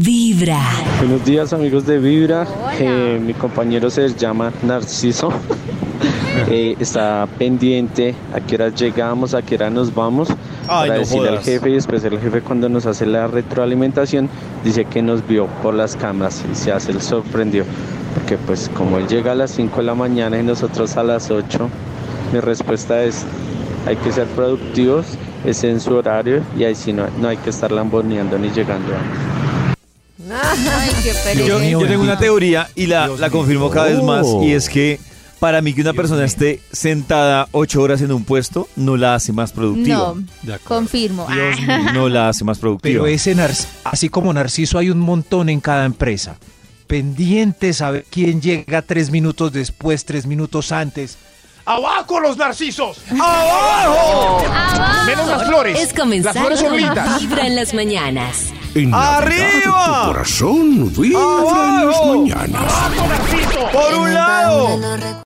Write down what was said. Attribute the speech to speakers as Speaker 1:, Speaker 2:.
Speaker 1: Vibra.
Speaker 2: Buenos días amigos de Vibra. Eh, mi compañero se llama Narciso. Eh, está pendiente a qué hora llegamos, a qué hora nos vamos.
Speaker 3: Ay,
Speaker 2: para
Speaker 3: no
Speaker 2: decirle al
Speaker 3: jodas.
Speaker 2: jefe y después el jefe cuando nos hace la retroalimentación dice que nos vio por las cámaras y se hace el sorprendió. Porque pues como él llega a las 5 de la mañana y nosotros a las 8, mi respuesta es hay que ser productivos, es en su horario y ahí sí no, no hay que estar lamboneando ni llegando antes.
Speaker 4: Ay, qué pereza.
Speaker 3: Yo, yo tengo una teoría y la,
Speaker 5: Dios
Speaker 3: la
Speaker 5: mío.
Speaker 3: confirmo cada vez más
Speaker 5: Oh.
Speaker 3: y es que para mí que una persona esté sentada ocho horas en un puesto no la hace más productiva.
Speaker 4: No,
Speaker 5: De acuerdo.
Speaker 4: confirmo. Ah,
Speaker 5: Dios mío.
Speaker 3: No, la hace más productiva.
Speaker 5: Pero ese nar- así como Narciso hay un montón en cada empresa. Pendientes a ver quién llega tres minutos después, tres minutos antes.
Speaker 6: ¡Abajo los narcisos!
Speaker 3: ¡Abajo!
Speaker 4: ¡Abajo!
Speaker 6: Menos las flores.
Speaker 1: Es comenzar
Speaker 6: Las flores
Speaker 1: con
Speaker 6: solitas.
Speaker 1: Vibra en las mañanas.
Speaker 7: En la
Speaker 3: ¡Arriba!
Speaker 7: verdad de tu corazón vibra en las
Speaker 3: ¡Abajo!
Speaker 7: mañanas.
Speaker 6: ¡Abajo, narciso!
Speaker 3: ¡Por un lado!